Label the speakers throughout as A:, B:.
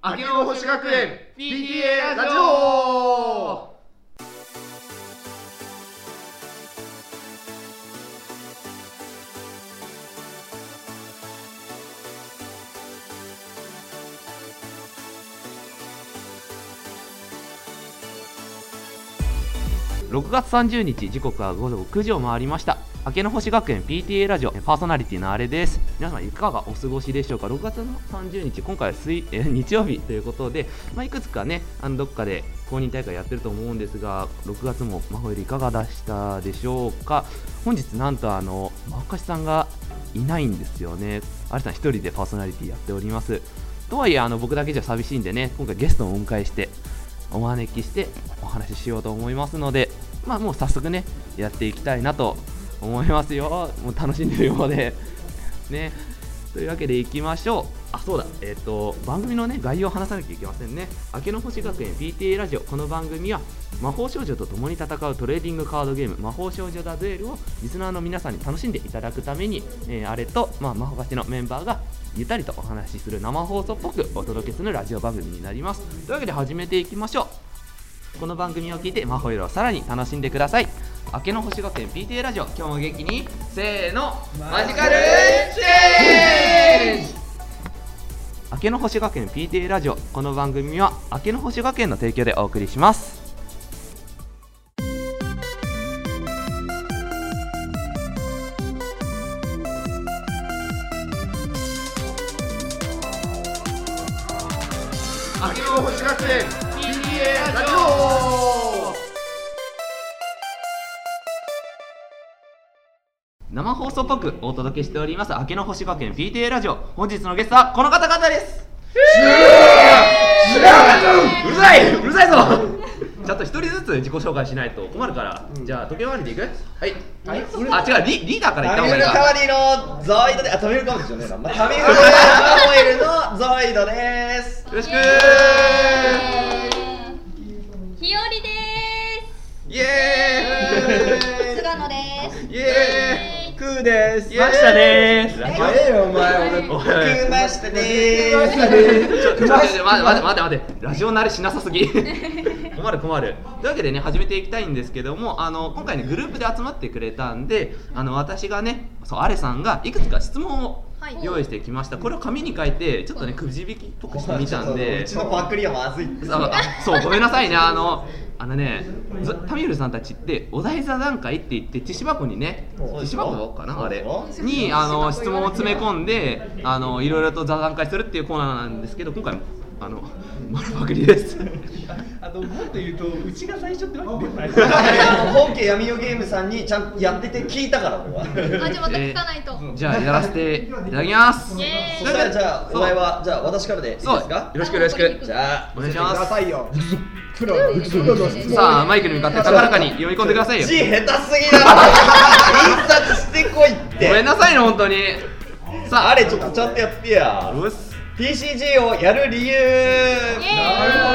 A: 秋の星学園 PTA ラジオ
B: オ6月30日時刻は午後9時を回りました明けの星学園 PTA ラジオえパーソナリティのあれです皆様いかがお過ごしでしょうか6月の30日今回は水え 日曜日ということで、まあ、いくつかねあのどっかで公認大会やってると思うんですが6月も真帆よりいかがでしたでしょうか本日なんとあの真帆かしさんがいないんですよねあれさん一人でパーソナリティやっておりますとはいえあの僕だけじゃ寂しいんでね今回ゲストをお迎えしてお招きしてお話ししようと思いますのでまあもう早速ねやっていきたいなと思いますよもう楽しんでるようでねというわけでいきましょうあそうだえっ、と番組のね概要を話さなきゃいけませんね明けの星学園 BTA ラジオこの番組は魔法少女と共に戦うトレーディングカードゲーム魔法少女ダデュエルをリスナーの皆さんに楽しんでいただくために、えーあれと、まあ、魔法勝ちのメンバーがゆったりとお話しする生放送っぽくお届けするラジオ番組になりますというわけで始めていきましょうこの番組を聞いてマホイロをさらに楽しんでください明けの星学園 PTA ラジオ今日も元気にせーのマジカルチェンジ明けの星学園 PTA ラジオこの番組は明けの星学園の提供でお送りします
A: 秋の星学園 PTA ラジオ
B: 生放送っぽくお届けしております明けの星学園 PTA ラジオ本日のゲストはこの方々ですうるさいうるさいぞちゃんと一人ずつ自己紹介しないと困るから、じゃあ時計回りでいくはい
C: はい
B: あ違うリリーダーからいっ
C: タ
B: た
C: ミ
B: 方
C: フ
B: がいいか
C: ル代わりのゾイドで、あ、タミフルかもしれない な。まあタミフルマホイルのゾイドです。
B: よろしく
D: ひよりで
B: イエ
D: す。菅野です。
B: ーイイエ
D: え
C: クーです。
B: ーイましたねー
C: やべえよ、お前、
D: は
C: 俺。
D: い
C: クーましたねー。
B: ちょちょちょ待って待って待って待ってラジオ慣れしなさす ぎ困る困るというわけでね始めていきたいんですけどもあの今回ねグループで集まってくれたんであの私がねそうアレさんがいくつか質問を
D: はい
B: 用意してきました、これを紙に書いてちょっとねくじ引きっぽくしてみたんで
C: うちのパクリはまずいって。
B: ああそうごめんなさいねあのあのねずタミフルさんたちってお題座談会って言ってティッシュ箱にねテ
C: そう
B: ィッシュ箱かな
C: そう
B: あれ
C: そう
B: にあの質問を詰め込んであのいろいろと座談会するっていうコーナーなんですけど今回もあの丸パクリです
E: あのもっと言うとうちが最初ってわけでもない
C: あの本家闇夜ゲームさんにちゃんとやってて聞いたから、俺は。
D: あ、じゃあまた聞かないと。
B: じゃあやらせていただきます
D: イエ
C: そ
D: ー
C: し
D: イ。
C: たら、じゃあ、
B: そう
C: お前は、じゃあ、私からでいいです
B: そうよ
C: か
B: ろしくよろしく
C: じゃあ、
B: お願いします
E: いよプロのプロの質問
B: さあマイクに向かって高らかに読み込んでくださいよ
C: 字下手すぎ だろ印刷してこいって
B: ごめんなさいね本当にさあ
C: あれちょっとちゃんとやってや
B: うっす
C: TCG をやる理由
D: イ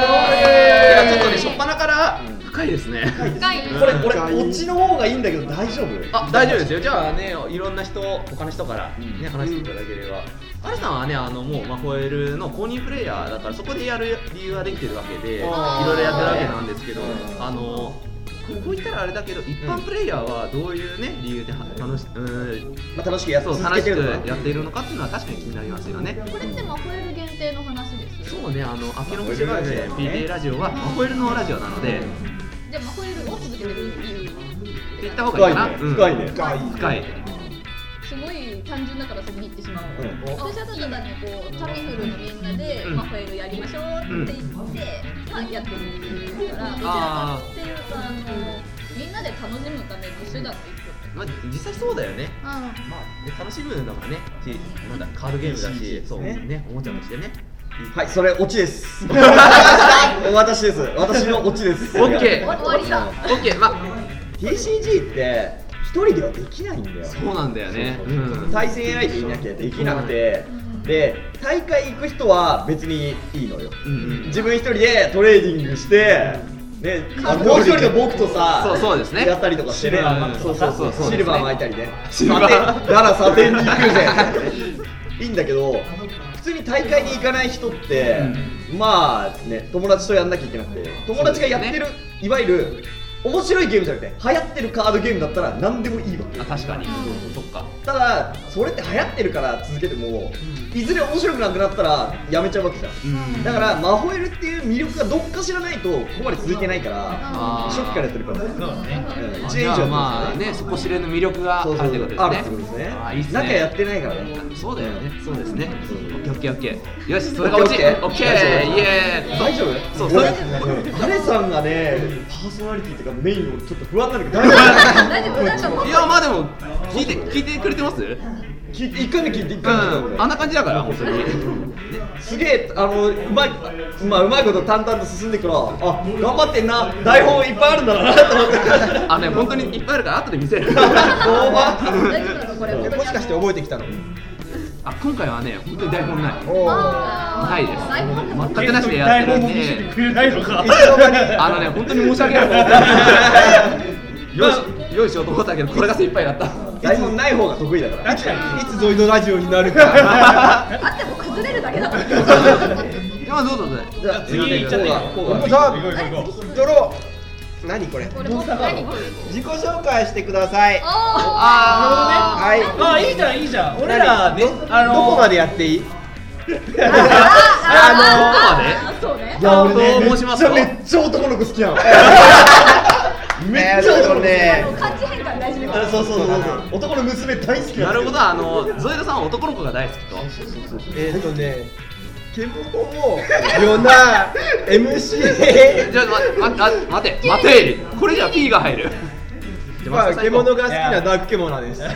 B: いやちょっとね
D: エーイ。
B: 初っ端から深いですね
D: 深いね。
C: これ俺オチの方がいいんだけど大丈夫
B: あ大丈夫ですよじゃあねいろんな人他の人からね話していただければ、アレさんはねあのもうマホエルの公認プレイヤーだからそこでやる理由はできてるわけでいろいろ
D: あー
B: やってるわけなんですけど
C: うん
B: あのここ言ったらあれだけど一般プレイヤーはどういうね理由では楽しうん
C: まあ楽しくやっ
B: そう
C: 続
B: 楽
C: け
B: して
C: る
B: く
C: の
B: やっているのかっていうのは確かに気になりますよね
D: これってマホエル限定の話ですよ。
B: そうねあの明けの星がね PTA ラジオはマホエルのラジオなので
D: じゃあマホエルを続けてるっていう。
B: って言った方が
C: 深
B: いい
C: い
B: かな
C: ね
B: うん
C: 深いね
B: 深い
D: すごい単純だからそこに行ってしまう。
C: うん
D: 私はただね、こうタミフルのみんなで
B: うん
D: マホエルやりましょうって言って、まあやってるっていうから、どちらか
B: あー
D: っていうとあのみんなで楽しむための手段って言ってる。
B: まあ実際そうだよね
D: うん。
B: まあ、ね、楽しむのがね、しなんだ、カードゲームだし、そう
C: ね
B: ね、おもちゃとしてね。
C: はいそれオチです 私です私のオチです
B: オッケー
D: 終わりだ
B: オッケー、まあ、
C: TCG って一人ではできないんだよ
B: そうなんだよね。
C: そう
B: う。
C: そうん対戦相手いなきゃできなくて
D: うん
C: で大会行く人は別にいいのよ
B: うんうん
C: 自分一人でトレーディングしてであのもう一人の僕とさ
B: そうそうですね
C: やったりとかして
B: シ
C: ね
B: ルバー巻く
C: そ
B: と
C: う
B: か
C: そうそう
B: そうそうそう
C: シルバー巻いたりね
B: シルバー
C: サテンならサテンに行くぜいいんだけど
E: 普通に大会に行かない人って、まあね友達とやんなきゃいけなくて友達がやってる、いわゆる面白いゲームじゃなくて流行ってるカードゲームだったら何でもいいわけ
B: あ確かにそっか
E: ただそれって流行ってるから続けても、いずれ面白くなくなったらやめちゃうわけじゃん、
B: うん
E: だからマホエルっていう魅力がどっかしらないとここまで続いてないから
B: あー
E: 初期からやってるから、うん、1
F: そうね
E: 年
B: あ
E: 以上
B: じ
E: やっ
B: ゃ
E: て
B: あ
E: ま
B: ますあ
E: よ
B: ねそこ知れぬ魅力があ
E: そう
B: る
E: そう
B: ということですね
E: あるってことですね
B: あいいっすね
E: 中やってないからね
B: そうだよねそうですね
E: そう
B: オッケーオッケーオッケーよしそれが落ちオ
E: オッケーオ
B: ッ
E: ッ
B: ケ
E: ケ
B: ー
E: ー
B: イエーイ
E: 大丈夫
B: そう
E: 俺
B: 大
D: 丈
E: 彼さんがねパーソナリティとかメインをちょっと不 安なんだけど
D: 大丈夫なんかもう
B: いやまあでも聞いて聞いてくれてますうん
E: 聞いて一回目聞いて一回目聞いて俺
B: あんな感じだから本当に
E: すげえあのうまいまあうまいこと淡々と進んでいくからあ頑張ってんな台本いっぱいあるんだろうなと思って
B: あのね本当にいっぱいあるから後で見せ る
E: 大
D: 大
E: 盤
D: 丈夫なのこれ
C: えもしかして覚えてきたの
B: あ今回はね本当に台本ない
D: は
B: ないです全くなしでやっ
F: 台
B: てる
F: 本
B: ん
F: も見せて
B: で
F: くれないのか
B: あのね本当に申し訳ない用意し用意しようと思ったけどこれが精一杯だった
E: 台本ない方が得意だから
F: 確か
C: いつゾイドラジオになるか
D: あっても崩れるだけだから
B: じゃあどうぞどうぞ
E: じゃあ
F: 次行っちゃっていい
E: こうがこうが
C: さ
F: に行こう行こう行こ
C: あドロー何これ
D: 俺も何おー
C: 自己紹介してください
B: あー
C: はい
F: あいいじゃんいいじゃん俺らね
C: ど
F: あの
C: どこまでやっていい
D: あのそうね
E: いや俺ね
B: どう申しますか
E: めっちゃめっちゃ男の子好きなのめっちゃ
C: えーで
E: 男の
C: もね
E: 子
D: 漢字変換大事だから
E: あそうそうそうそう男の娘大好き
B: なるほど
E: あ
B: あのゾエドさんは男の子が大好きと
C: えっとね結構よな MC
B: じゃあままあ待て待てこれじゃ P が入る
C: まあ獣が好き
F: い
C: な
F: や
C: ダーク獣です
F: あ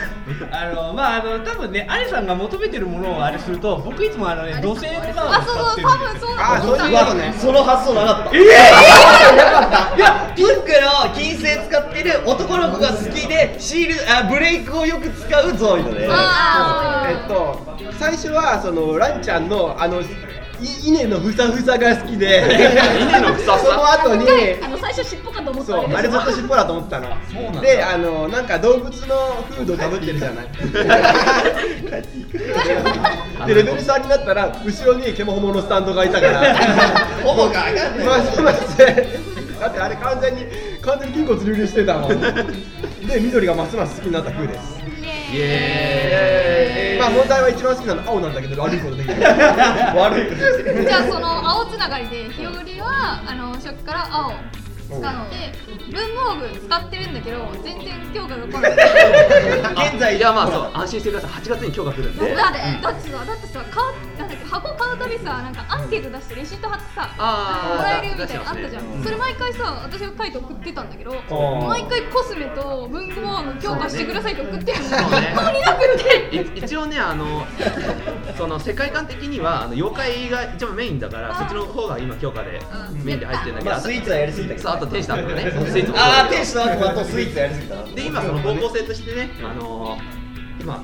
F: のまああの多分ねアリさんが求めてるものをあれすると僕いつもあのね土星の
D: あ
F: カ
D: そう
F: ードを使って
D: そう
F: る
D: 多分そうだと思った
C: あそういうことね
E: その発想なかったえ
C: いや
E: ピンクの金星使ってる男の子が好きでシールあブレイクをよく使うゾイドで
D: あ
C: えっと最初はそのランちゃんのあのい稲のふさふさが好きで
B: 稲のふさふさ
C: その後に
D: あの最初尻尾かと思った
C: そうあれずっと
D: 尾
C: 尻尾だと思ってたのであのなんか動物のフードかぶってるじゃない でレベル3になったら後ろにケモホモのスタンドがいたから
E: ほぼが上がんない
C: マジマジでだってあれ完全に完全に筋骨隆々してたもんで緑がますます好きになった風です
B: イエ
C: まあ問題は一番好きなの青なんだけど悪いことできない 悪いことできない
D: じゃあその青つながりで日和はあの初期から青使って文房具使ってるんだけど全然強化が来ない
B: ーイ
E: 現在
B: いやまあそう安心してください8月に今日が来るんで
D: だってだってさだってさ買うなんだっけ箱買うたびさなんかアンケート出してレシート貼ってさ
B: あー
D: もらえるみたいなのあったじゃ
B: 出してますねうん
D: んそれ毎回さ私が書いて送ってたんだけど
C: ー
D: 毎回コスメと文具も強化してくださいって送ってるの
B: そうね
D: 顔になって
B: い
D: るね
B: 一応ねあのその世界観的にはあの妖怪が一番メインだからそっちの方が今強化でメインで入ってるんだけど、
E: まあスイーツはやりすぎたけ
B: そうあと
E: ど
B: 天使の悪魔ねスイーツもそう
E: ああ天使の悪魔とスイーツやりすぎたな
B: で今その方向性としてね、あのー、今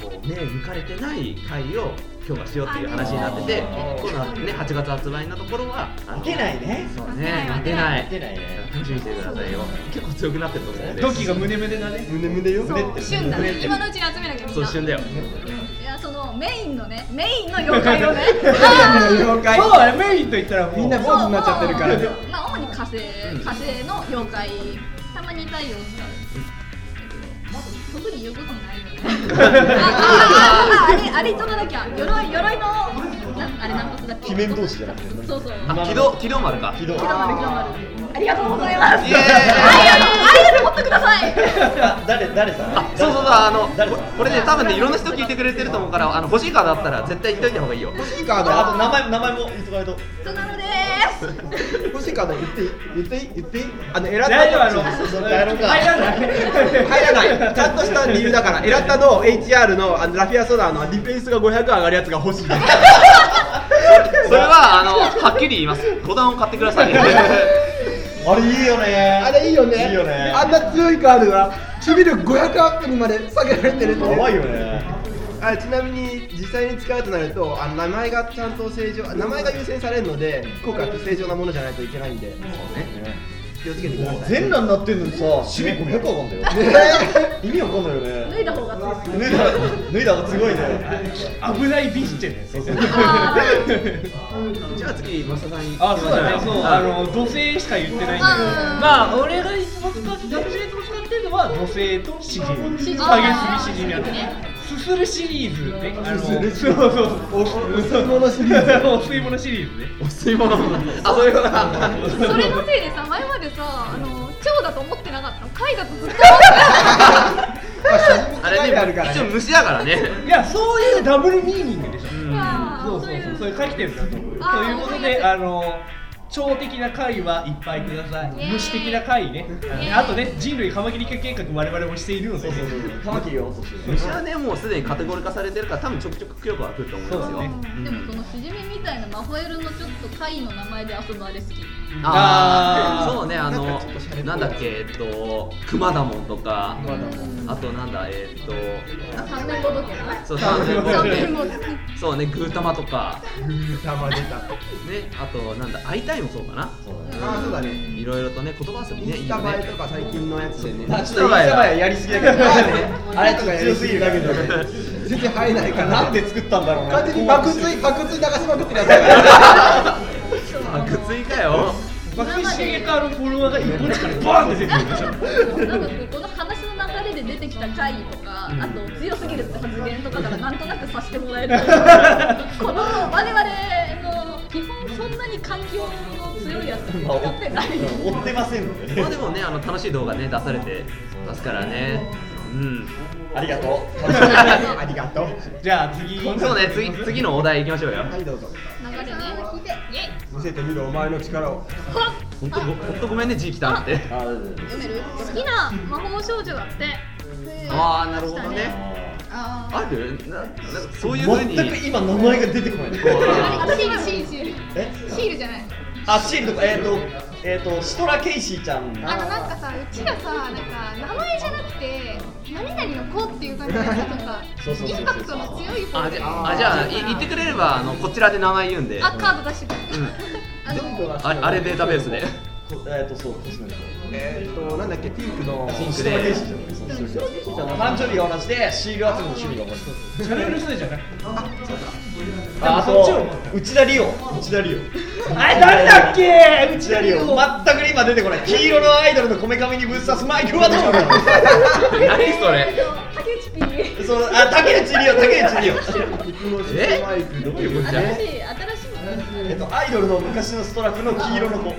B: こう目抜かれてない回を強化しようっていう話になってて
E: あー
B: 今度はね8月発売のところはあの
E: いけないね
B: そうね負けない
E: いけないね
B: 楽しみにしてくださいよ結構強くなってると思うんで
F: 土器が胸胸だね
C: 胸胸よ
D: そう旬だね今のうちに集めなきゃみん
B: そう
D: な
B: 旬だよ
D: いやそのメインのねメインの妖怪 をねあー
C: 妖怪
F: そうだねメインと言ったらもう
C: みんな坊主になっちゃってるから
D: そうまあ主に火星火星の妖怪たまに太陽を使う特に言うこともないよねあああああれあれ言っとかなきゃ鎧鎧のなんあれ何発だっけ
E: 鬼面同士じゃなくて
D: そうそう
B: あ軌道軌道丸か
E: ひどい
D: 木戸丸木戸丸ありがとうございますあ
B: イ
D: り
B: エーイ
D: がとうありがとう持ってください
E: あ誰誰さん
B: あそうそうそうあの
E: 誰さん
B: ここれね多分ねいろんな人聞いてくれてると思うからあの欲しいカードあったら絶対言っといた方がいいよ
C: 欲しいカード
E: ああと名前名前も言っとかないと
D: そなのでーす
C: 欲しいカード言っていい言っていい言っていいあの選んだ
F: 大丈夫あの
E: そうそうやろうか
F: 入らない
C: 入らないちゃんとした理由だからエラッタの HR のあのラフィアソダーのディフェンスが500上がるやつが欲しい
B: それはあのはっきり言います5段を買ってください
E: あれいいよね
C: あれいいよね
E: いいよね
C: あんな強いカードが守備力500アップにまで下げられてるって
E: やばいよね
C: あちなみに実際に使うとなるとあの名前がちゃんと正常名前が優先されるので効果って正常なものじゃないといけないんで気をつけてください
E: 全裸になってんのにさ、趣味500上がんだよ。
C: ね
E: 意味わかんないよね
G: 脱いだ方が強い
E: 脱いだ脱いだ方がすごいね
F: 危ないビッチェね
A: じゃあ次、マサさんに。
F: あそうだねそうあの土星しか言ってないんだけど
D: うん
F: まあ俺がいつも使ってダブルエイトも使ってるのは土星とシジミ
D: シジミ
F: 激しみシジミあってすするシリーズねあのそうそうそうお吸い物シリーズお吸い物シリーズね
B: お吸い物あそういうことか
D: それのせいでさ前までさあの蝶だと思ってなかったの貝だとずっと思ってた
B: あれ
C: ある
B: ね
C: からね
B: 一応虫だからね
F: いやそういうダブルミーニングでしょ
D: あー
F: そうそうそう、それ書いてるんだと思う。と
D: あー
F: いうことで、あの。超的な貝はいっぱいくださ
D: イエー
F: い。
D: イ
F: 虫的な貝ね
D: イエーイ。
F: あとね、人類カマキリ化計画、我々もしているのでね。
E: カマキリをそう
B: 虫はねもうすでにカテゴリー化されてるから多分ちょくちょく強くは来ると思いま
F: そ
B: す
F: うだ
B: よ、
F: ね
D: でもそのシジミみたいなマホエルのちょっと貝の名前で遊ぶあれ好き
B: あ
F: あ
B: あ
F: ー
B: そうねあ
C: な
B: の
C: んかちょっとシャレっぽい
B: なんだっけえっと熊だもんとか
F: まだ
B: あとなんだえっと
G: 三年ごとけな
B: そう
F: 三年
D: そう
F: ごと
D: で
F: け
D: も
B: そうねグータマとか
C: たま出た
B: ねあとなんだ会いたいもそうかな
C: あそうだね
B: いろいろとね言葉遊び
C: イン
B: ねいい
C: ス
B: よ
C: タ映え
B: ね
C: とか最近のやつでね
E: あちょっとインスタ映えやりすぎだけどあれちょっと強すぎるだけど
C: 全然入えないから
E: なんで作ったんだろうな
C: 完全に爆睡爆睡流しまくってるやつだから
B: あグツイかよ
F: 爆睡茂川のフォロワーが一本力でバーンって出てるでしょ。
G: なんかこの話の流れで出てきた回とか、あと強すぎるって発言とかならなんとなくさせてもらえるこの我々の基本そんなに環境の強いやつは使ってない
E: 追ってませんので
B: まあでもねあの楽しい動画ね出されてますからねうん
E: ありがとう
C: ありがとう
F: じゃあ、次。
B: そうね次次のお題いきましょうよ
C: はいどうぞ
D: 流れねイエイ
C: 見せてみろお前の力を
D: ほら
B: 本当ごほんとごめんね G 来たって
E: あー
D: 読める好きな魔法少女だって
B: ああなるほどね
D: あ
B: あるななんかそういうふうに
E: 全く今名前が出てこない
D: あシールシールシール
E: え
D: シールじゃない
E: あシールとかえっ、とえっ、とシトラケイシーちゃん
D: あのなんかさうちがさなんか名前じゃなくて何々の子っていう感じの人とか
E: そうそうそうそう
D: インパクトの強い方
B: あ
D: で
B: じゃああじゃあい言ってくれればあのこちらで名前言うんで
D: あ
B: あ
D: カード出してく
B: う
D: る、
B: ん
D: あの
B: あれデータベースで
E: こえっ、とそうコスメの
C: えーっとなんだっけピンクの
B: ピンク
E: シトラケ
B: で
E: イシーちゃんねそうシトラケイシーちゃんの誕生日が同じでシール集めの趣味が同じ
F: チャンネル数じゃなくて。
E: ああ
F: そっちを
E: と内田理央内田理央
F: あれ、誰だっけ。う
E: 内
F: ち
E: 田
F: だ
E: 理央
F: よ。
E: 全く今出てこない黄色のアイドルのこめかみにぶっ刺すマイクはどうな
B: 何それ
G: 竹内 P
E: のそのあ竹内理央竹内理央
C: ピクのシ
B: え
C: マイク
B: どういうことじゃ
G: 新しい新しいの
E: えっとアイドルの昔のストラップの黄色の子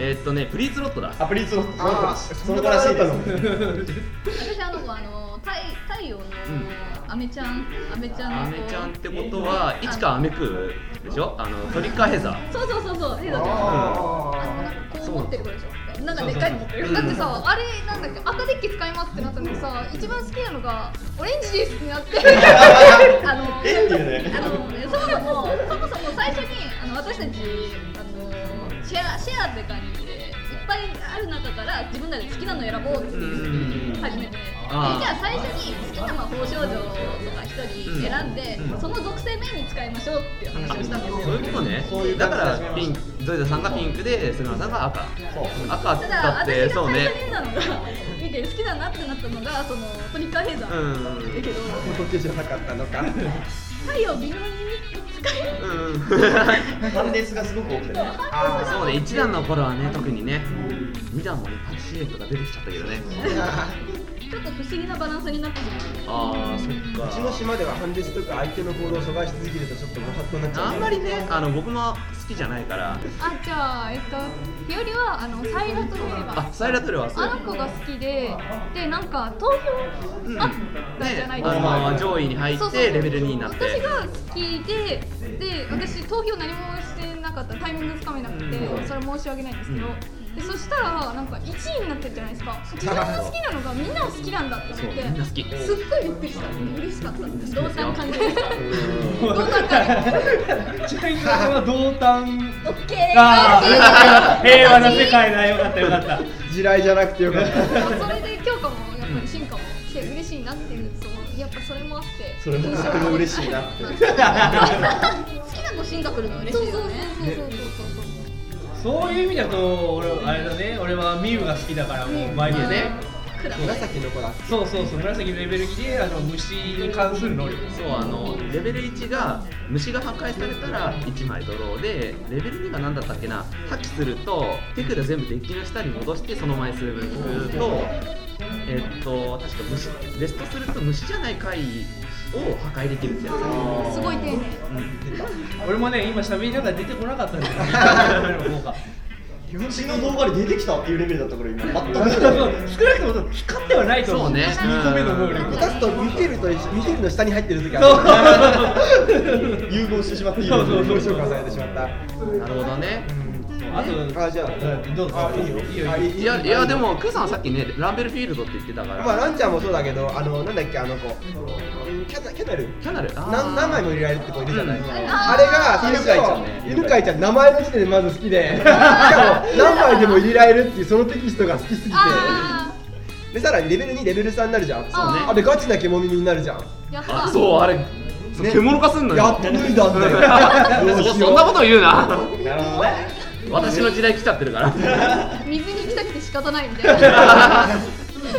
B: えーっとねプリーツロットだ
E: アプリーツの
C: あー
E: その子らしいです
D: 私あの子あの太太陽のアメちゃんアメちゃんの
B: ア
D: 子
B: メちゃんってことは、いつかアメくでしょあの、トリカヘザー。
G: そうそうそうそうヘイドちゃんあのなんかこう持ってる子でしょなんかでっかいの持ってる
D: だってさ、あれなんだっけ赤デッキ使いますってなったのにさ一番好きなのがオレンジですってなってあの
E: えっていうね
D: あのそもそもそもそも最初にあの私たちあのシェアシェアって感じでいっぱいある中から自分らで好きなの選ぼうっていう始めてでじ
B: あー
D: ゃあ最初に好きな魔法少女とか一人選んで、
B: うん
D: その属性メインに使いましょうっていう話をしたんですよ、
B: そういうことね。だから、ピンク、ゾイザさんがピンクで、菅原さんが赤。赤
D: た
B: だ
D: だ
B: って、
D: 私が
B: そう
D: 最
B: ね
D: 初。に見たのが見て好きだなってなったのがそのトリカーヘザ
B: う
D: ー
B: ん。
D: だけど
C: 仏じゃなかったのか
D: 太陽微妙に使える
B: うん。
E: 関連数がすごく多くてね
C: あ
B: そうね、一段の頃はね、特にね。二段もね、パティシエとか出てきちゃったけどね。
D: ちょっと不思議なバランスになってしま
B: ああ、そっ
C: うちの
B: か。
C: 島では判別とか相手の行動を阻害し続けるとちょっとご法度になっちゃう
B: あんまりね、あの、僕も好きじゃないから。
D: うあじゃあえっと日和はあのサイラトのレバ
B: あ、サイラトルはそう
D: あ。の子が好きででなんか投票あったじゃ
B: ね
D: ない、ですか、
B: あの、上位に入って、レベル2になっ
D: 私
B: て。
D: が好きでで私投票何もしてなかったタイミングつかめなくて、
B: うん
D: それ申し訳ないんですけど、
B: う
D: でそしたらなんか1位になってるじゃないで すか自分の好きなのがみんなを好きなんだって
B: そう、
D: 思っ
B: みんな好
D: て
B: き。
D: すっごいびっくりした嬉しかった同担感じでした
F: ど
D: 同担感じ
F: ちなみに、は同担。
D: オッケー
F: あ
D: よ
F: あ、
D: かった
F: 平和な世界だ。よかった、よかった。
C: 地雷じゃなくてよかった
D: そうそれで強化もやっぱり進化もして嬉しいなっていうそうやっぱそれもあって
E: それもとても嬉しいなって
D: 好き
G: 好きな子進化来るの嬉
D: そう
G: しい
D: そうそ
G: よ
D: うそう
G: ね
D: そうそうそう
F: そういう意味だと俺あれだね俺はミウが好きだからもう毎日ね
D: ください
C: 紫の子だっけ
F: そうそうそう紫レベル2であの虫に関する能力
B: そうあのレベル1が虫が破壊されたら1枚ドローでレベル2が何だったっけな破棄すると手札全部デッキの下に戻してその枚数分するとえっと確か虫ベストすると虫じゃない回を破壊できるってや
D: すごい丁寧
B: つ、うん、
F: 俺もね今喋りながら出てこなかったんだよもうか
E: うちの動画で出てきたっていうレベルだったから今全
F: そう
E: く
F: そう 少なくとも使ってはないと思う
B: そうね
F: 1個目の能力
C: 下手すると見てると見てるの下に入ってる時あ
F: そう
C: る
E: 融合してしまっていい
F: そうそう
C: 面白くされてしまった
B: なるほどね
F: あと
C: あじゃあ
F: どうぞ
C: あいいよ
F: いいよ
C: あ
B: いやいやでもクーさんさっきねランベルフィールドって言ってたから、
C: まあランちゃんもそうだけどあのなんだっけあの子キャタキャタル
B: キャナルあー
C: 何何枚も入れられるって子いるじゃない、
B: うん
C: あれが最
B: 犬
C: 初
B: 飼ちゃんね
C: 犬飼ちゃん名前の時点でまず好 きでしかも何枚でも入れられるっていうそのテキストが好きすぎて
D: あ
C: でさらにレベル2レベル3になるじゃんそう
D: ね
C: あれガチな獣耳になるじゃん
D: ーやっ
B: あ
D: た
B: そうあれ、そう
C: ね
B: 獣化すんのよ
C: やっと脱いだ んだよ
B: そ
C: どうしよう
B: そんなこと言うな
F: なるほどね
B: 私の時代来ちゃってるから
D: 水に行きたくて仕方ないみたいな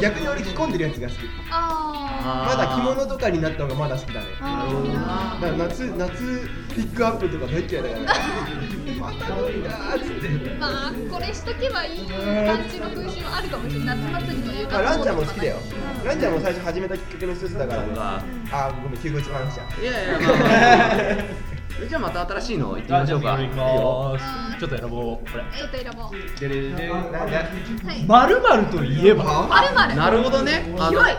C: 逆に俺着込んでるやつが好き
D: あ
C: まだ着物とかになった方がまだ好きだね
D: ーあ
C: だから夏夏ピックアップとか大嫌いだからまた脱いだーっつって
D: ーまあこれしとけばいい感じの風習はあるかもしれない夏祭りの浴
C: まあ
D: 衣
C: ランちゃんも好きだよランちゃんも最初始めたきっかけの一つだから
B: そうか
C: あごめん休校中の話じゃん
B: いやいや、まあまあまあ、じゃあまた新しいの行ってみましょうか。
F: すちょっと選ぼうこれ
D: ちょっと選ぼうはい
F: まるまるといえば
D: まるまる
B: なるほどね。あの
D: 広い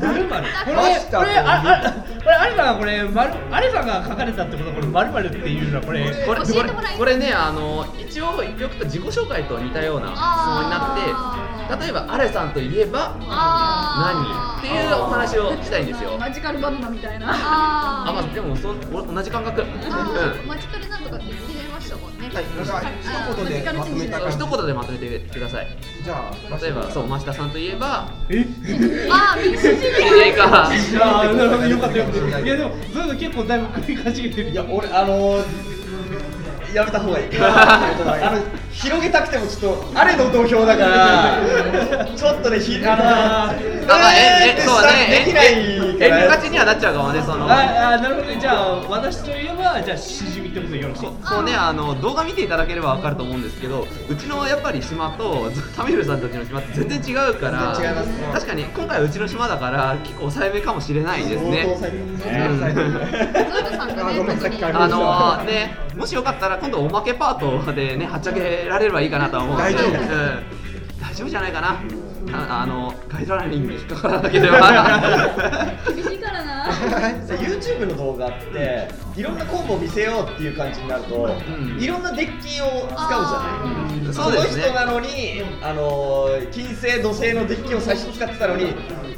F: まるまるこれこ
C: パ
F: れ
C: スタ
F: あ
C: と
F: あこれアリさんがこれまるアリさんが書かれたってことはこれまるまるっていうのはこれ
B: これ
D: 教えてもらえる
B: これね、あの一応言っておくと自己紹介と似たような質問にな
D: あ
B: っ
D: ー
B: て、例えばアレさんといえば何
D: あ
B: っ
D: ー
B: ていうお話をしたいんですよ。
G: マジカルバナナみたいな
D: あ
B: あ、まあでもそんお同じ感覚。うん。
D: あーマジカルなんとかって言ってましたもんね。
C: はいなんか一言でまとめ
B: そ
C: た
B: う
C: 感じ
B: 一言でまとめてください。
C: じゃあ
B: 例えばそう、真下さんといえば、
D: ああ、民主主義。
B: いないか。
F: ああなるほどよかったよかったいやでもそういうの結構だいぶ繰り返しげてる
E: いや俺あのー、やめた方がいいあの広げたくてもちょっとあれの土俵だからちょっとねひあのー、
B: あ、まあ、え、え、
E: ー
B: そうね。
E: できない
B: え、
E: か
B: え、
E: ら
B: 勝ちにはなっちゃうかもね、その。
F: ああなるほどねじゃあ私といえばじゃあしじみってことでよろしい
B: そうね、あの動画見ていただければわかると思うんですけどうちのやっぱり島とタミルさんたちの島って全然違うから
C: 全然違いますね
B: 確かに今回はうちの島だから結構抑えめかもしれないですね
E: 相当抑えてますね
D: ゾルさんが
C: あ
D: ね、
C: ごめん
D: 特に
C: さっきから
B: あのね、もしよかったら今度おまけパートでね、はっちゃけられればいいかなとは思うんです
C: 大丈夫
B: うん、大丈夫じゃないかなああの、ガイドラインに引っかからなければ
D: 厳しいか らな。
E: で YouTube の動画っていろんなコンボ見せようっていう感じになると、
B: ん
E: いろんなデッキを使うじゃない
B: そうです
E: この人
B: ね
E: なのに、あのー金星、土星のデッキを最初使ってたのに、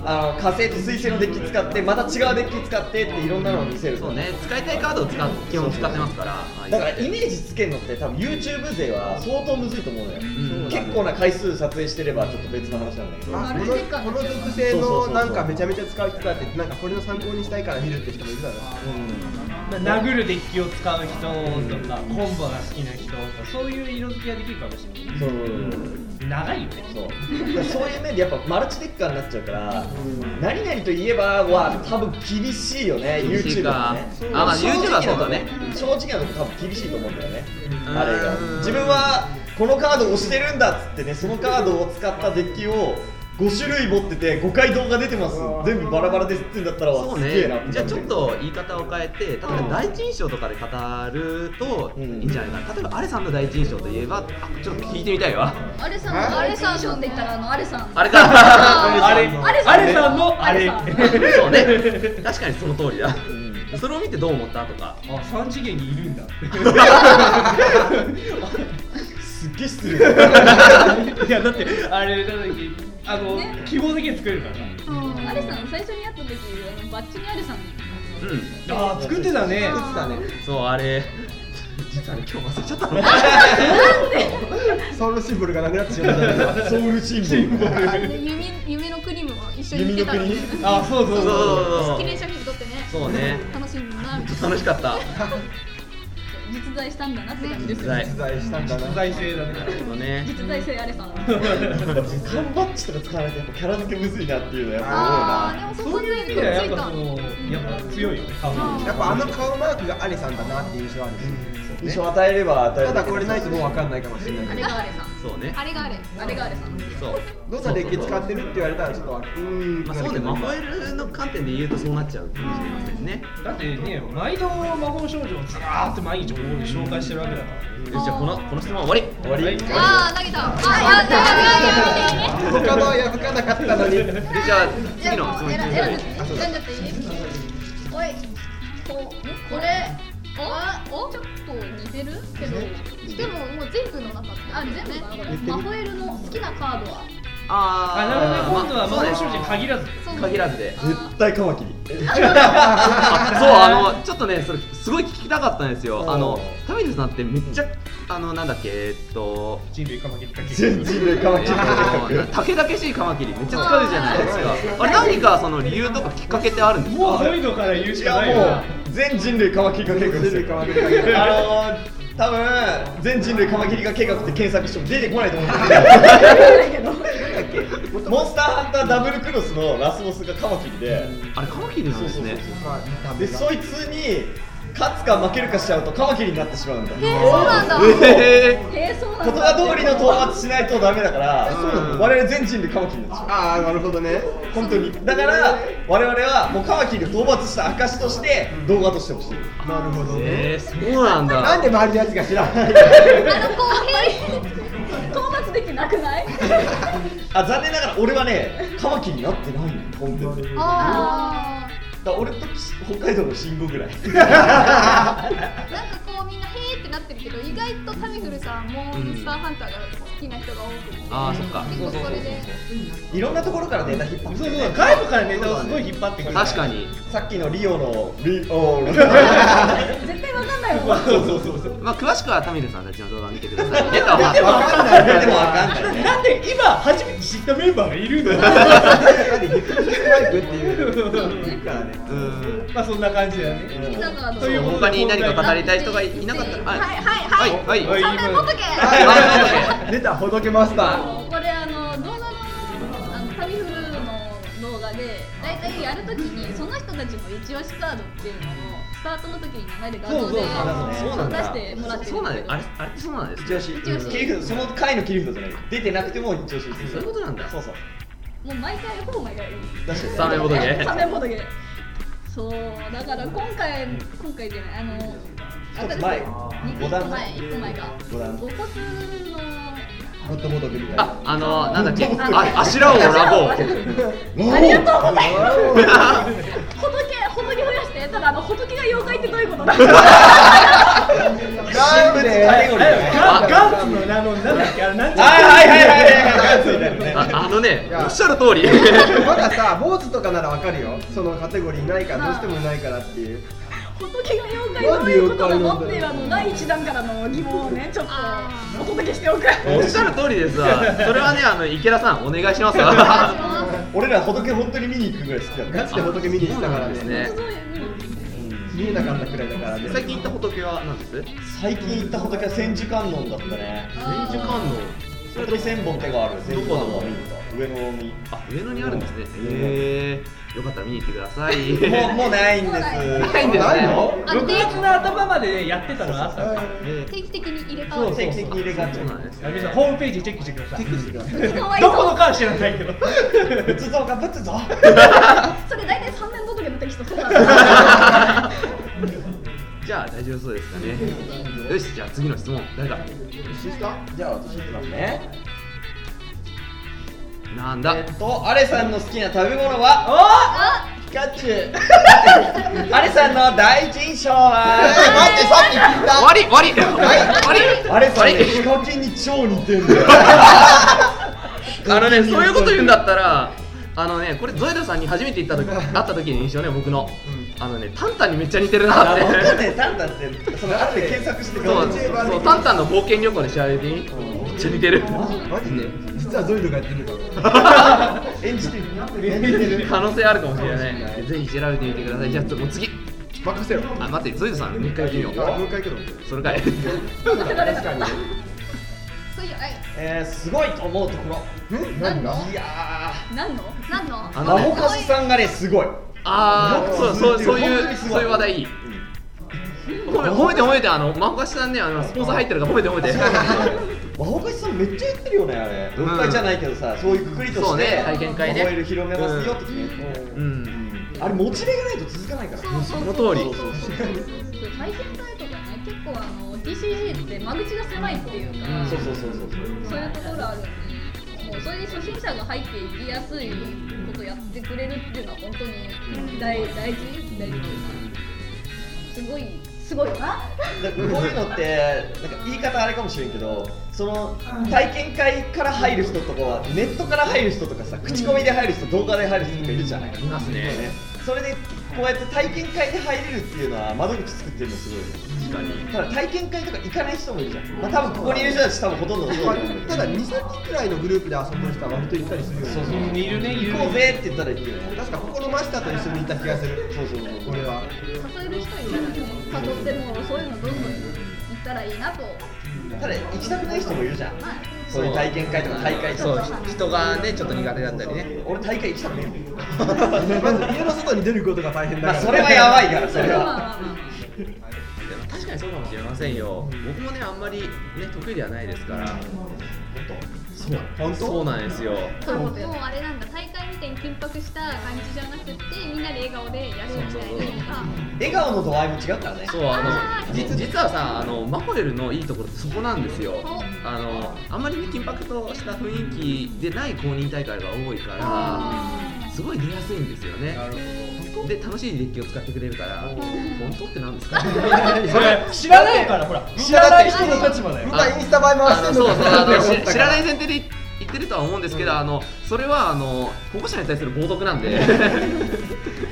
E: あの火星と水星のデッキ使って、また違うデッキ使ってっていろんなのを見せる
B: そうね、使いたいカードを使う基本使ってますから
E: だからイメージつけるのって、多分 YouTube 勢は相当むずいと思うのよ、
B: ん
E: 結構な回数撮影してれば、ちょっと別の話なんだけど、
C: あこのこの属性のなんかめちゃめちゃ使う人だってなんかこれの参考にしたいから見るって人もいるだろう
F: 殴るデッキを使う人とかコンボが好きな人とかそういう色付けができるかもしれ
E: そう
F: ない長いよね
E: そうだからそういう面でやっぱマルチデッカーになっちゃうから、何々といえばは多分厳しいよね、
B: 厳しい
E: YouTube
B: か
E: はね。
B: あまあ YouTube はそうだね
E: 正直なとこ多分厳しいと思うんだよね。
B: うん
E: あれが
B: うん
E: 自分はこのカードを押してるんだっつってねそのカードを使ったデッキを5種類持ってて5回動画出てます全部バラバラですって言うんだったら
B: そう
E: すげえな
B: ね、じゃあちょっと言い方を変えて、例えば第一印象とかで語るといいんじゃないかな、例えばアレさんの第一印象といえば、あちょっと聞いてみたいわ、
D: アレさんの、アレさんのって言ったら、あの、アレさん。
B: あれか、
F: あれあれさんのあ
D: あ
F: れ
D: れ
F: あ
B: そうね、確かにその通りだ、それを見てどう思ったとか、
F: 三次元にいるんだ
E: すっげえ失礼
F: いやだってあれだってあの、希望的に作れるから
D: アレさん、最初に会った時、あのバッチにアレさん。
B: うん、
F: ああ作ってたね
C: 作ってたね
B: そう、あれ、実はあれ、今日忘れちゃったの、
C: ソウルシンボルがなくなってしまったんだけど
E: ソウルシンボル
D: で夢、夢の国も一緒に行ってたのね。
F: あそうそうそう
B: そ
F: そ
B: う
F: う
B: そう
D: 記念写真撮ってね。
B: そうね、
D: 楽しみだな。みたいな
B: 楽しかった、
D: 実在したんだなって感じです
B: 実
D: よ
B: 在
C: 実在したんだな
A: 実在性だね。
B: そうね
D: 実在性あれさん
E: 缶 バッジとか使わないとやっぱキャラ付けむずいなっていうのはやっ
D: あ
E: ぱ
D: ーでもそ
A: そ
D: こ
A: う
D: に
A: いう意
D: ね
A: 味で
D: くっ
A: は
D: つ
A: やっ
D: いた
A: ぱそのやっぱ強いよね。多分
C: やっぱあの顔マークがアレさんだなっていう印象あるね
E: 多いな印象与えれば与え
C: た
E: る
C: だこれないともう分かんないかもしれない
D: あ
C: け
D: れ
C: ど
D: があれさん
B: そうね
D: あれがあれあれがあれさん
B: そう
C: どんなデッキ使ってるって言われたらちょっとわう ーん
B: まあ、そうね、魔法エルの観点で言うとそうなっちゃうかもしれませんね。
A: だってね、毎度魔法少女をずらーって毎日ここで紹介してるわけだから。
B: よし、じゃあこのこの質問は終わり
E: 終わり
D: あー投げたああ投げた
C: 他のは破かなかったの に
B: で、じゃあ次
D: じゃ
B: の
D: あ
B: 質
D: もう
B: 問い
D: 選
B: き
D: ん
B: ま
D: じ
B: し
D: ゃ
B: ょ
D: っ
B: う
D: てい
B: よ
D: い選んじゃっていいおいここれあおちょっと似てるけど
H: でももう全部の中で
D: あ全部かなこれマホエルの好きなカードは
A: あ、なるほどね、今度は魔法少女に限らず。
H: そう
B: 限らずで。
E: 絶対カマキリ
B: あ そう、あの、ちょっとね、それ、すごい聞きたかったんですよ。
E: ー
B: あの、タミネさんってめっちゃ、あの、なんだっけ、えっと、
A: 人類かまきっかけ。
E: 全人類カマ
B: え
E: キ
B: ー
E: リ
B: あのたけだけしいカマキリめっちゃ使うじゃないですかあれ何かその理由とかきっかけってあるんです
A: もう
B: か
A: そういうのから言うし
E: い
A: かない
E: や
A: よ。
E: もう全人類カマキリ化計画で
C: 全
E: すよ
C: 人類カマキリ化計
E: あのー多分全人類カマキリ化計画って検索しても出てこないと思うんだけどモンスターハンターダブルクロスのラスボスがカマキリで
B: あれカマキリなんですね
C: まあ見た目
E: で
C: が
E: そいつに勝つか負けるかしちゃうとカマキリになってしまうんだ
D: えー、そうなん
B: え
D: だ
B: ー
D: えー、そうなん
E: 言
D: だ
E: 葉通りの討伐しないとダメだから
B: うん
E: 我々全人類カマキリになってしまう
C: ああなるほどね
E: 本当にだから我々はもうカマキリを討伐した証として動画としてほしい
C: なるほどね
B: えー、そうなんだ
C: なんで周りのやつが知らない
D: あの公平討伐できなくない
E: あ残念ながら俺はねカマキリになってないのコンテンツでだか
D: あ
E: ら俺と北海道の信号ぐらい
H: なんかこうみんなへーってなってるけど意外とタミフルさんも
B: うん
H: スターハンターが好きな人が多くて
B: あーそっか
H: 結構それで
E: いろんなところからネタ引っ張っ
A: そ
E: て
A: う
E: る
A: そう、
E: ね
A: 外部からネタをすごい引っ張ってくる。
B: 確か。に
E: さっきのリオのリオ
D: ー
E: の
D: 絶対わかんないもん
E: そうそうそうそう
B: まあ、詳しくはタミルさんたちの動画を見てくださいねとは
E: でもわかんないでもわかんないね
A: なんで今初めて知ったメンバーがいるんだ。
C: なんでリプレイスライブっていう言うからね
B: うん
A: まあそんな感じだよね。
D: 好きなカード
A: ということで
B: 他に何か語りたい人がいなかったら
D: はい
B: はい
D: は
B: はいい
D: は
B: は
D: い
B: いはい
D: 三面持っとけ
B: はい
C: 出たほどけました
D: これあの動画のあのタミフルの動画で大体やるときにその人たちの一押しカードっていうのをスタートの時に流れる画像で
B: そうなんだ
D: 出してもらってる
B: そうなんだあれあれってそうなんです
E: 一押
B: ね
E: し
D: 一押し
E: 切り札その回の切り札じゃない出てなくても一押し
B: そういうことなんだ
E: そうそう
D: もう毎回ほぼ毎回
E: 出して
B: 三面ボトゲ
D: 三面ボトゲそうだから今回今回じゃないあの
E: 一つ前
D: 2
E: 五
D: 個
E: 段
D: 前1個前が
E: 五段
D: 五骨の
C: ホットボトルみたいな
B: ああのなんだっけああしらを ラボ
D: ありがとうございます仏仏増やしてただあの仏が妖怪ってどういうことだ
A: ガガンツの
E: 神仏カテゴリーだね
A: あのなんだっけあれなん
E: はいはいはいはいはい
A: じゃ
E: はいそうにな るね
B: ああのねおっしゃる通り
C: まださ坊主とかならわかるよそのカテゴリーないからどうしてもないからっていう
D: 仏が妖怪どういうことなのっていうあの第一弾からの疑問をねちょっとお届けしておく
B: おっしゃる通りですわそれはねあの池田さんお願いしますわ
E: 俺ら仏本当に見に行くぐらい好きだから
C: ガチで仏見に行ってたから
B: です
C: ね
B: ね
C: 見えなかったくらいだからね
B: 最近行った仏は何です
E: 最近行った仏は千手観音だったね
B: 千手観音それ
E: 本当に千本手がある千手観音
B: ど
E: は
B: こ
E: 見に行った上野に
B: あ上野にあるんですね
E: うん
B: へえよかったら見に行ってください
E: もうもうないんです
B: ないんです
C: ない
B: ね
C: の
A: ん。6月の頭までやってたのあったから。
B: えー
H: 定期的に入れ替わる
E: 定期的に入れ替わっち
B: そ
E: ゃ
B: うなん
E: う
B: です
A: 皆さんホームページチェックしてください。
D: かわい
A: どこの
D: そう
A: かは知らないけど。
E: 仏像が仏像
D: それ大体三面仏のテキストそうなんだ
B: じゃあ大丈夫そうですかねよしじゃあ次の質問誰だ
E: じゃあ私行きますね
B: なんだ
E: えっとアレさんの好きな食べ物は
D: あ
E: ピカチュウ アレさんの第一印象は
C: 待ってさっき聞い
B: 終わり終わり終わり
E: アレさんねヒカキンに超似てるん だよ
B: あのねそういうこと言うんだったらあのねこれゾエダさんに初めて行った時会った時の印象ね僕のあのねタンタンにめっちゃ似てるなって
E: 本当ねタンタンってその後で検索して
B: そう
E: から
B: そうタンタンの冒険旅行で調べてみめっちゃ似てる
C: マジで実はゾイドがやってるから
E: 演じてる
B: 可能性あるかもしれないぜひ調べてみてくださいじゃあもう次
C: 任せろ
B: あ待ってゾイドさんもう一回言うよ
C: もう一回行くの
B: それかい
C: 確かに
I: そういうはい
E: えー、すごいと思うところ
C: 何が
E: いや
I: 何の何の
B: あ
E: ー
B: の
E: マ
B: ね
E: ホカスさんがねす ごい
B: ああそうそうそう
E: 本当
B: い
E: に
B: う
E: すごい
B: そういう話題いい褒め褒めて褒めてあのマホカシさんねあのスポンサー入ってるから褒めて褒めて
E: マホカスさんめっちゃ言ってるよねあれ
B: うん
E: 文化じゃないけどさそういうくくりと
B: そう
E: して
B: ね体験会ね
E: 覚える広めますよって決める
B: うん
E: あれモチベがないと続かないから
I: そうそう
B: その通り
I: そうそうそう
D: そう体験会とかね結構あの TCG って間口が狭いっていうか、
E: そうそうそうそう
D: そういうところあるんでもうそれで初心者が入っていきやすいことやってくれるっていうのは本当に大大事大事っていうかすごいすごいよな
E: だからこういうのってなんか言い方あれかもしれんけどその体験会から入る人とかはネットから入る人とかさ口コミで入る人動画で入る人とかいるじゃない
B: いますね
E: それでこうやって体験会で入れるっていうのは窓口作ってるのすごいよ
B: 確かに
E: ただ体験会とか行かない人もいるじゃん、まあ、多分ここにいる人たち多分ほとんどそうだと思うんだけ
C: た
E: ど
C: だ2先くらいのグループで遊ぶ人は割と行ったりするよね
E: そうそう
F: いるねいる
E: 行こうぜって言ったら行くよね
C: 確かここのマスターと一緒に行った気がする
E: そうそうそう
C: 俺は
D: 誘える人いたらね誘ってもそういうのどんどん行ったらいいなと
E: ただ行きたくない人もいるじゃん
D: まあ
E: そういう体験会とか大会
A: そ
E: と
A: う
E: か
A: ひ人がねちょっと苦手だったりね
E: 俺大会行きたくねえ
C: ま
E: もん
C: ず家の外に出ることが大変だ
E: まあ
C: から
E: それはやばいからそれ
D: まあ
E: は
D: まあまあ
B: でも確かにそうかもしれませんよ僕もねあんまりね得意ではないですから
C: 本当
B: そうなんですよ
I: そうもうあれなんだ大会みたいに緊迫した感じじゃなくてみんなで笑顔でやるみたいな
E: 笑顔の度合いも違うからね
B: そうあ
I: あ
B: のじ実はさあのマホエルのいいところってそこなんですよあのあんまりね緊迫とした雰囲気でない公認大会が多いからすごい出やすいんですよねで楽しいデッキを使ってくれるから本当ってなんですか
F: それ知らないからほら知らない人の立場だよ
C: 僕はインスタ映え回
B: あ
C: し
B: の
C: て
B: そうそうあの
C: んの
B: し知らないい前提で言ってるとは思うんですけど、あのそれはあの保護者に対する冒涜なん で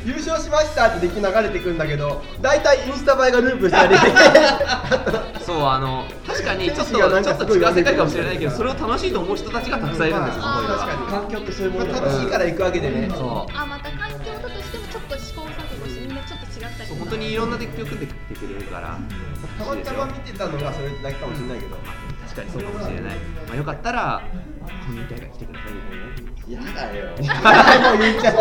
C: 優勝しましたってデッキ流れてくんだけど大体インスタ映えがループしたりあと
B: そうあの確かにちょっと
C: 天使がなん
B: ちょ
C: か
B: っと
C: すごい
B: 違う世界かもしれないけどそれを楽しいと思う人たちがたくさんいるんですよ、
C: まあ
B: マホエルは
C: 確かに
E: 環境ってそういうも
C: ま
E: のだ
C: あ
E: から
C: 楽しいから行くわけでね
B: そう
I: あまた環境だとしてもちょっと試行錯誤してみんなちょっと違ったり
B: そう本当 にいろんなデッキを組んできてくれるから
C: たまたま見てたのがそれだけかもしれないけど
B: 確かにそうかもしれない、まあ、よかったら本人大会来てください
E: やだよ
C: もう言っちゃった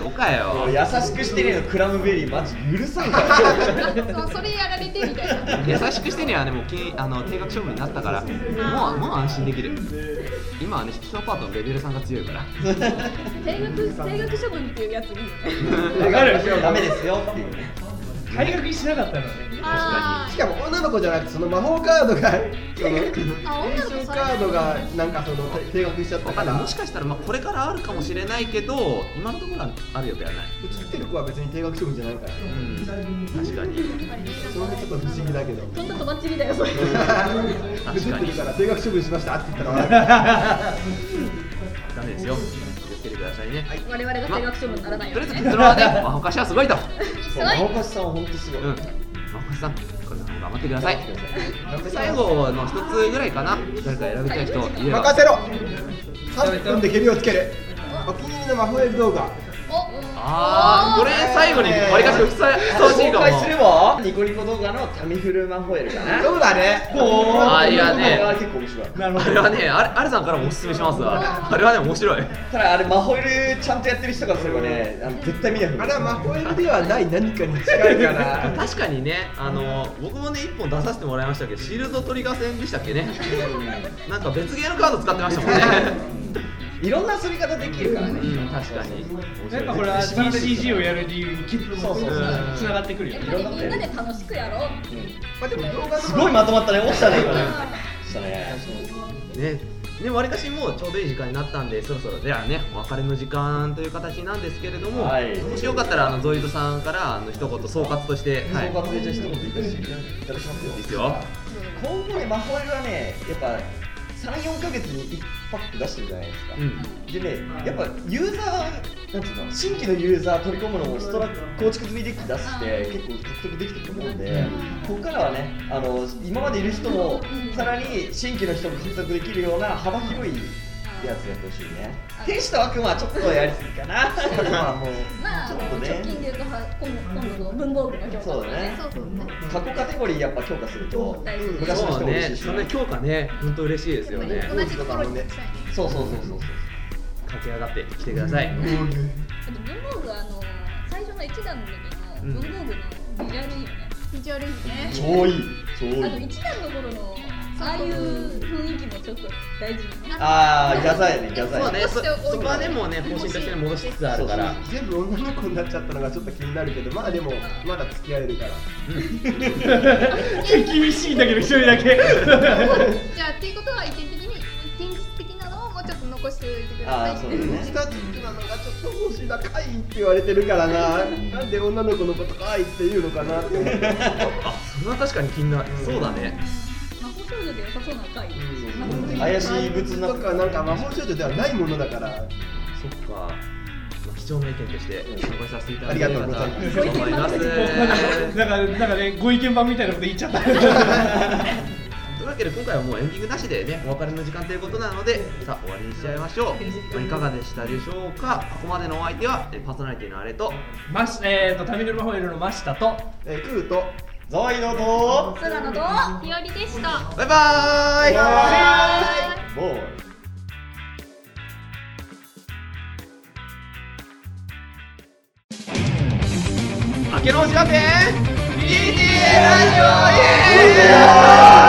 B: そうかよ
E: もう優しくしてねえのクラムベリーマジ許さんから
I: そうそれやられてみたいな
B: 優しくしてにはねもう金あの定額勝負になったからもうもう安心できる今はね基礎パートのレベル3が強いから
D: 定額定額処分っていうやついいよね
F: わかる
E: ダメですよっていうね
F: 退学しなかったのね
I: あ
C: しかも女の子じゃなくてその魔法カードがその優
I: あ女の 子それ
C: 勝カードがなんかその定額しちゃった
B: わ
C: か
B: かんない
C: ら
B: もしかしたらまあこれからあるかもしれないけど今のところはあるよではない
C: 映ってる子は別に定額処分じゃないから
B: うん確かに
C: それもちょっと不思議だけど
D: そんな とばっちりだよそれ
B: 確かに
C: 映ってるから定額処分しましたって言ったら
B: ダメですよ気をつけてくださいね、
D: 我々が定額処分にならないよ
B: と
D: う
B: りあえ
D: に
B: ず
D: ね
B: 結論はねまあほかしはすごいと
E: そう青橋さんは本当すごい、
B: うんまあほかしさんこれからも頑張ってください最後の一つぐらいかな誰か選びたい人いれば
C: 任せろ3分で蹴りをつけるお気に入りの魔法エル動画
B: あーこれ最後に割りかしふさふさわしい
E: 紹
B: かも
E: 介すればニコニコ動画のタミフルマホエルかな
C: そうだね
B: あーいやね
E: あれ結構面白い
F: なるほ
B: あ
F: ど
B: れはねあれあれさんからもおすすめしますわあれはね面白い
E: ただあれマホエルちゃんとやってる人からすればねあの絶対見ない方が
C: あ
E: い
C: れ
E: い
C: は魔法エルではない何かに近いから
B: 確かにねあの僕もね1本出させてもらいましたけどシールドトリガー戦でしたっけねなんか別ゲーのカード使ってましたもんね
E: いろんな遊び方できるからね、
B: うん確かに
F: やっぱこれは TCG をやる理由に結構
E: そうそうそう
F: つながってくるよ
D: やっ
F: ね
D: ぱりみんなで楽しくやろうって
C: まあでも動画の
E: すごいまとまったね落ちたね今ね落ちたね
B: ねねわりかしもうちょうどいい時間になったんでそろそろではねお別れの時間という形なんですけれども、
E: はい
B: もしよかったらあのゾイドさんからあの一言総括として、は
E: 総
B: い、
E: 括でじゃあ一言言いたしいただきますよ
B: いいですよ
E: 今後ねマホエルはねやっぱ34か月に1パック出してるじゃないですか、
B: うん
E: でね、やっぱユーザー、なんていうの、新規のユーザー取り込むのもストラ構築済みデッキ出して、結構獲得できてると思うんで、ここからはね、あの今までいる人も、さらに新規の人も獲得できるような幅広いやつやってほしいね天使と悪魔はちょっとやりすぎか なまあもう
D: まあ
E: ちょっとね
D: 直近で言うとは今度今度の文房具の教科
E: そうだね
I: そうそうね。
E: 過去カテゴリーやっぱ強化すると
D: 大事
E: 昔の
B: そ
E: 人
B: う
E: も嬉し
B: ね
E: いし
B: そんな強化ね本当嬉しいですよね
I: 同じところに行きたい。
E: そうそうそうそうそう
B: 駆け上がってきてください、
D: あと文房具はあの最初の一段の時の文房具のビジュアルいいよね、
I: 一応ですね。
E: 超いい超
D: あの
E: いい
D: 一段の頃のああいう雰囲気もちょっと大事にな
E: ああギャザやねギャザ
B: そう
E: や
B: ねそそこはでもね方針として戻しつつあるから
C: 全部女の子になっちゃったのがちょっと気になるけどまあでもまだ付き合えるから
F: 厳しいんだけど一人だけ
I: じゃあっていうことは意見的に現実的なのをもうちょっと残しておいてくだ
E: あ
I: さい。
E: あそうだね
C: 下地なのがちょっと星高いって言われてるからななんで女の子のことかいって言うのかなって思って
B: それは確かに気になる、そうだね
D: 魔法少女で良さそうな回、
E: 怪しい物な
C: とかなんか魔法少女ではないものだから
B: そっかまあ貴重な意見として紹介させていただけ
C: あり
B: れ
C: がと
B: ば
C: うございます
B: と思います
F: なんかなんかねご意見番みたいなこと言っちゃった
B: というわけで今回はもうエンディングなしでねお別れの時間ということなのでさあ終わりにしちゃいましょう、まあ、いかがでしたでしょうかここまでのお相手はえパーソナリティのあれと
F: ましえっとタミネルマホイールの真下と
C: えー、来ると
E: ゾイドと
D: 空のと
I: 日和でした。
B: バイバーイ
E: ボーイ
B: 明けのお知らせ PTA ラジオイエーイ